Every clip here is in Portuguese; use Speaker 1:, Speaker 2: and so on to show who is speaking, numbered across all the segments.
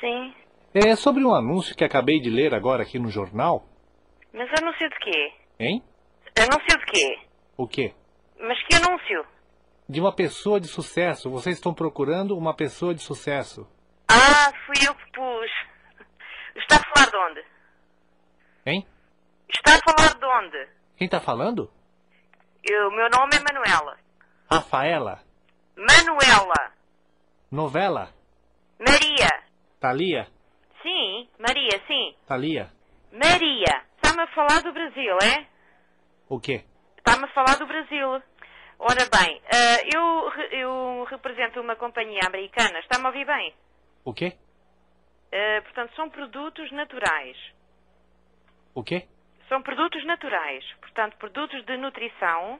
Speaker 1: Sim.
Speaker 2: É sobre um anúncio que acabei de ler agora aqui no jornal,
Speaker 1: Mas anúncio de quê?
Speaker 2: hein?
Speaker 1: Anúncio de quê?
Speaker 2: O quê?
Speaker 1: Mas que anúncio?
Speaker 2: De uma pessoa de sucesso. Vocês estão procurando uma pessoa de sucesso,
Speaker 1: Ah, fui eu que pus. Está a falar de onde?
Speaker 2: hein?
Speaker 1: Está a falar de onde?
Speaker 2: Quem tá falando?
Speaker 1: Eu- meu nome é Manuela.
Speaker 2: Rafaela,
Speaker 1: Manuela.
Speaker 2: novela,
Speaker 1: Maria.
Speaker 2: Thalia,
Speaker 1: Sim, Maria, sim.
Speaker 2: Thalia.
Speaker 1: Maria. Está-me a falar do Brasil, é?
Speaker 2: O quê?
Speaker 1: Está-me a falar do Brasil. Ora bem, ah, eu, re- eu represento uma companhia americana. Está-me a ouvir bem?
Speaker 2: O quê?
Speaker 1: Ah, portanto, são produtos naturais.
Speaker 2: O quê?
Speaker 1: São produtos naturais. Portanto, produtos de nutrição.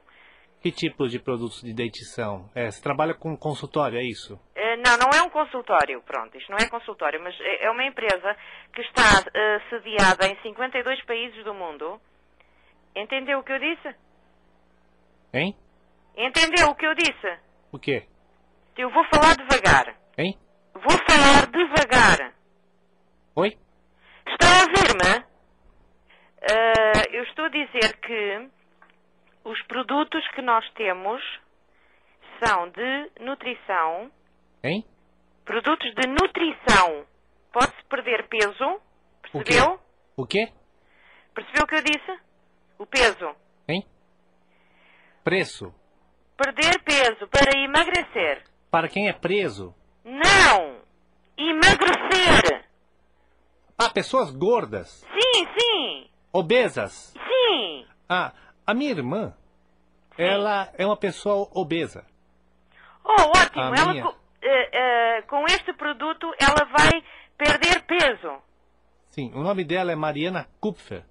Speaker 2: Que tipos de produtos de dentição? É, você trabalha com consultório, é isso?
Speaker 1: Eh, Não, não é um consultório, pronto, isto não é consultório, mas é é uma empresa que está eh, sediada em 52 países do mundo. Entendeu o que eu disse?
Speaker 2: Hein?
Speaker 1: Entendeu o que eu disse?
Speaker 2: O quê?
Speaker 1: Eu vou falar devagar.
Speaker 2: Hein?
Speaker 1: Vou falar devagar.
Speaker 2: Oi?
Speaker 1: Está a ouvir-me? Eh, eu estou a dizer que os produtos que nós temos são de nutrição,
Speaker 2: Hein?
Speaker 1: produtos de nutrição. Pode-se perder peso,
Speaker 2: O quê?
Speaker 1: percebeu?
Speaker 2: O quê?
Speaker 1: Percebeu o que eu disse? O peso.
Speaker 2: Hein? Preço.
Speaker 1: Perder peso para emagrecer.
Speaker 2: Para quem é preso?
Speaker 1: Não! Emagrecer!
Speaker 2: Ah, pessoas gordas,
Speaker 1: Sim, sim!
Speaker 2: obesas.
Speaker 1: Sim!
Speaker 2: Ah, a minha irmã, ela é uma pessoa obesa.
Speaker 1: Oh, ótimo!
Speaker 2: A
Speaker 1: Ela,
Speaker 2: minha.
Speaker 1: co- eh, eh, com este produto ela vai perder peso.
Speaker 2: Sim, o nome dela é Mariana Kupfer.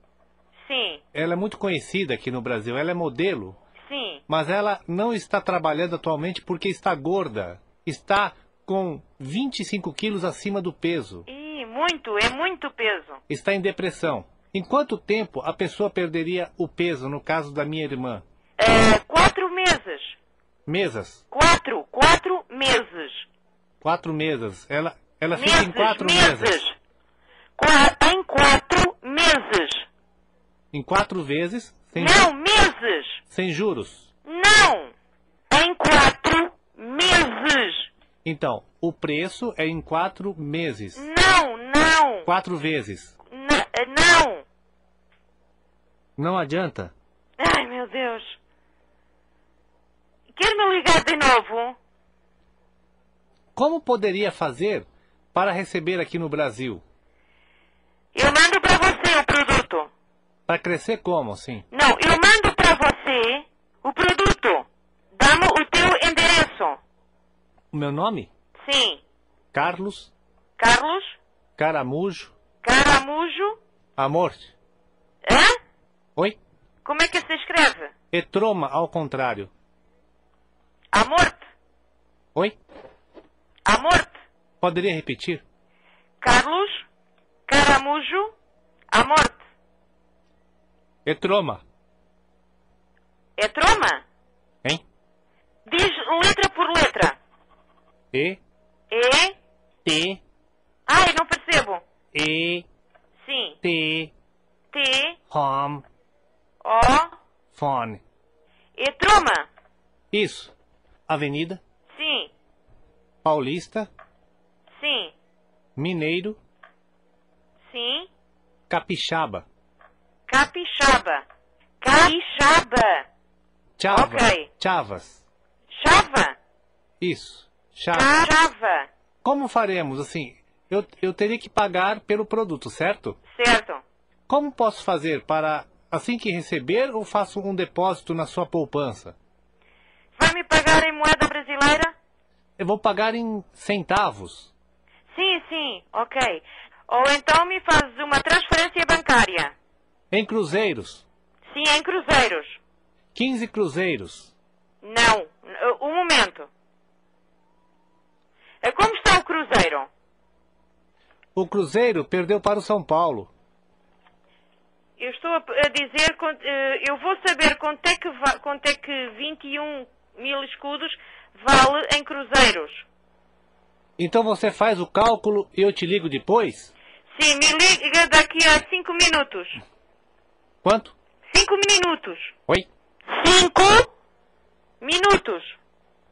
Speaker 1: Sim,
Speaker 2: Ela é muito conhecida aqui no Brasil, ela é modelo,
Speaker 1: sim.
Speaker 2: mas ela não está trabalhando atualmente porque está gorda. Está com 25 quilos acima do peso.
Speaker 1: E muito, é muito peso.
Speaker 2: Está em depressão. Em quanto tempo a pessoa perderia o peso, no caso da minha irmã?
Speaker 1: Eh, quatro meses.
Speaker 2: Mesas.
Speaker 1: Quatro, quatro meses.
Speaker 2: Quatro mesas. Ela, ela fica
Speaker 1: meses,
Speaker 2: em quatro
Speaker 1: meses.
Speaker 2: mesas.
Speaker 1: Qua- em quatro meses.
Speaker 2: Em quatro vezes, sem,
Speaker 1: Não, meses.
Speaker 2: sem juros.
Speaker 1: Não! Em quatro meses!
Speaker 2: Então, o preço é em quatro meses.
Speaker 1: Não, não!
Speaker 2: Quatro vezes.
Speaker 1: Na- eh, não!
Speaker 2: Não adianta.
Speaker 1: Ai, meu Deus! Quer-me ligar de novo?
Speaker 2: Como poderia fazer para receber aqui no Brasil?
Speaker 1: Eu mando para você o produto.
Speaker 2: Para crescer como, assim?
Speaker 1: Não, eu mando para você o produto. Dá-me o teu endereço.
Speaker 2: O meu nome?
Speaker 1: Sim.
Speaker 2: Carlos
Speaker 1: Carlos
Speaker 2: Caramujo
Speaker 1: Caramujo.
Speaker 2: Amor.
Speaker 1: Hã?
Speaker 2: Oi?
Speaker 1: Como é que se escreve?
Speaker 2: Etroma ao contrário.
Speaker 1: Amorte.
Speaker 2: Oi?
Speaker 1: Amorte.
Speaker 2: Poderia repetir?
Speaker 1: Carlos Caramujo. Amorte.
Speaker 2: Etroma,
Speaker 1: É troma?
Speaker 2: hein?
Speaker 1: Diz letra por letra.
Speaker 2: E
Speaker 1: É?
Speaker 2: T
Speaker 1: Ai, não percebo.
Speaker 2: E
Speaker 1: Sim.
Speaker 2: T
Speaker 1: T,
Speaker 2: home
Speaker 1: O,
Speaker 2: phone.
Speaker 1: Etruma.
Speaker 2: Isso. Avenida
Speaker 1: Sim,
Speaker 2: Paulista,
Speaker 1: sim,
Speaker 2: Mineiro,
Speaker 1: sim.
Speaker 2: Capixaba.
Speaker 1: Capixaba. Capixaba.
Speaker 2: Chava,
Speaker 1: Ok.
Speaker 2: Chavas.
Speaker 1: Chava.
Speaker 2: Isso. Chavas.
Speaker 1: Chava.
Speaker 2: Como faremos? Assim, eu, eu teria que pagar pelo produto, certo?
Speaker 1: Certo.
Speaker 2: Como posso fazer para assim que receber ou faço um depósito na sua poupança?
Speaker 1: Vai me pagar em moeda brasileira?
Speaker 2: Eu vou pagar em centavos.
Speaker 1: Sim, sim, ok. Ou então me fazes uma transferência bancária.
Speaker 2: Em cruzeiros.
Speaker 1: Sim, em cruzeiros.
Speaker 2: 15 cruzeiros.
Speaker 1: Não. Uh, Um momento. Uh, Como está o cruzeiro?
Speaker 2: O cruzeiro perdeu para o São Paulo.
Speaker 1: Eu estou a p- a dizer, quant- eh, eu vou saber quanto é que, va- quanto é que 21 mil escudos vale em cruzeiros.
Speaker 2: Então você faz o cálculo e eu te ligo depois?
Speaker 1: Sim, me liga daqui a 5 minutos.
Speaker 2: Quanto?
Speaker 1: 5 minutos.
Speaker 2: Oi?
Speaker 1: 5 minutos.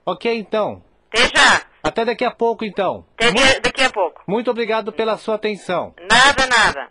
Speaker 2: Ok, então.
Speaker 1: Até já.
Speaker 2: Até daqui a pouco, então.
Speaker 1: Até dia- daqui a pouco.
Speaker 2: Muito obrigado pela sua atenção.
Speaker 1: Nada, nada.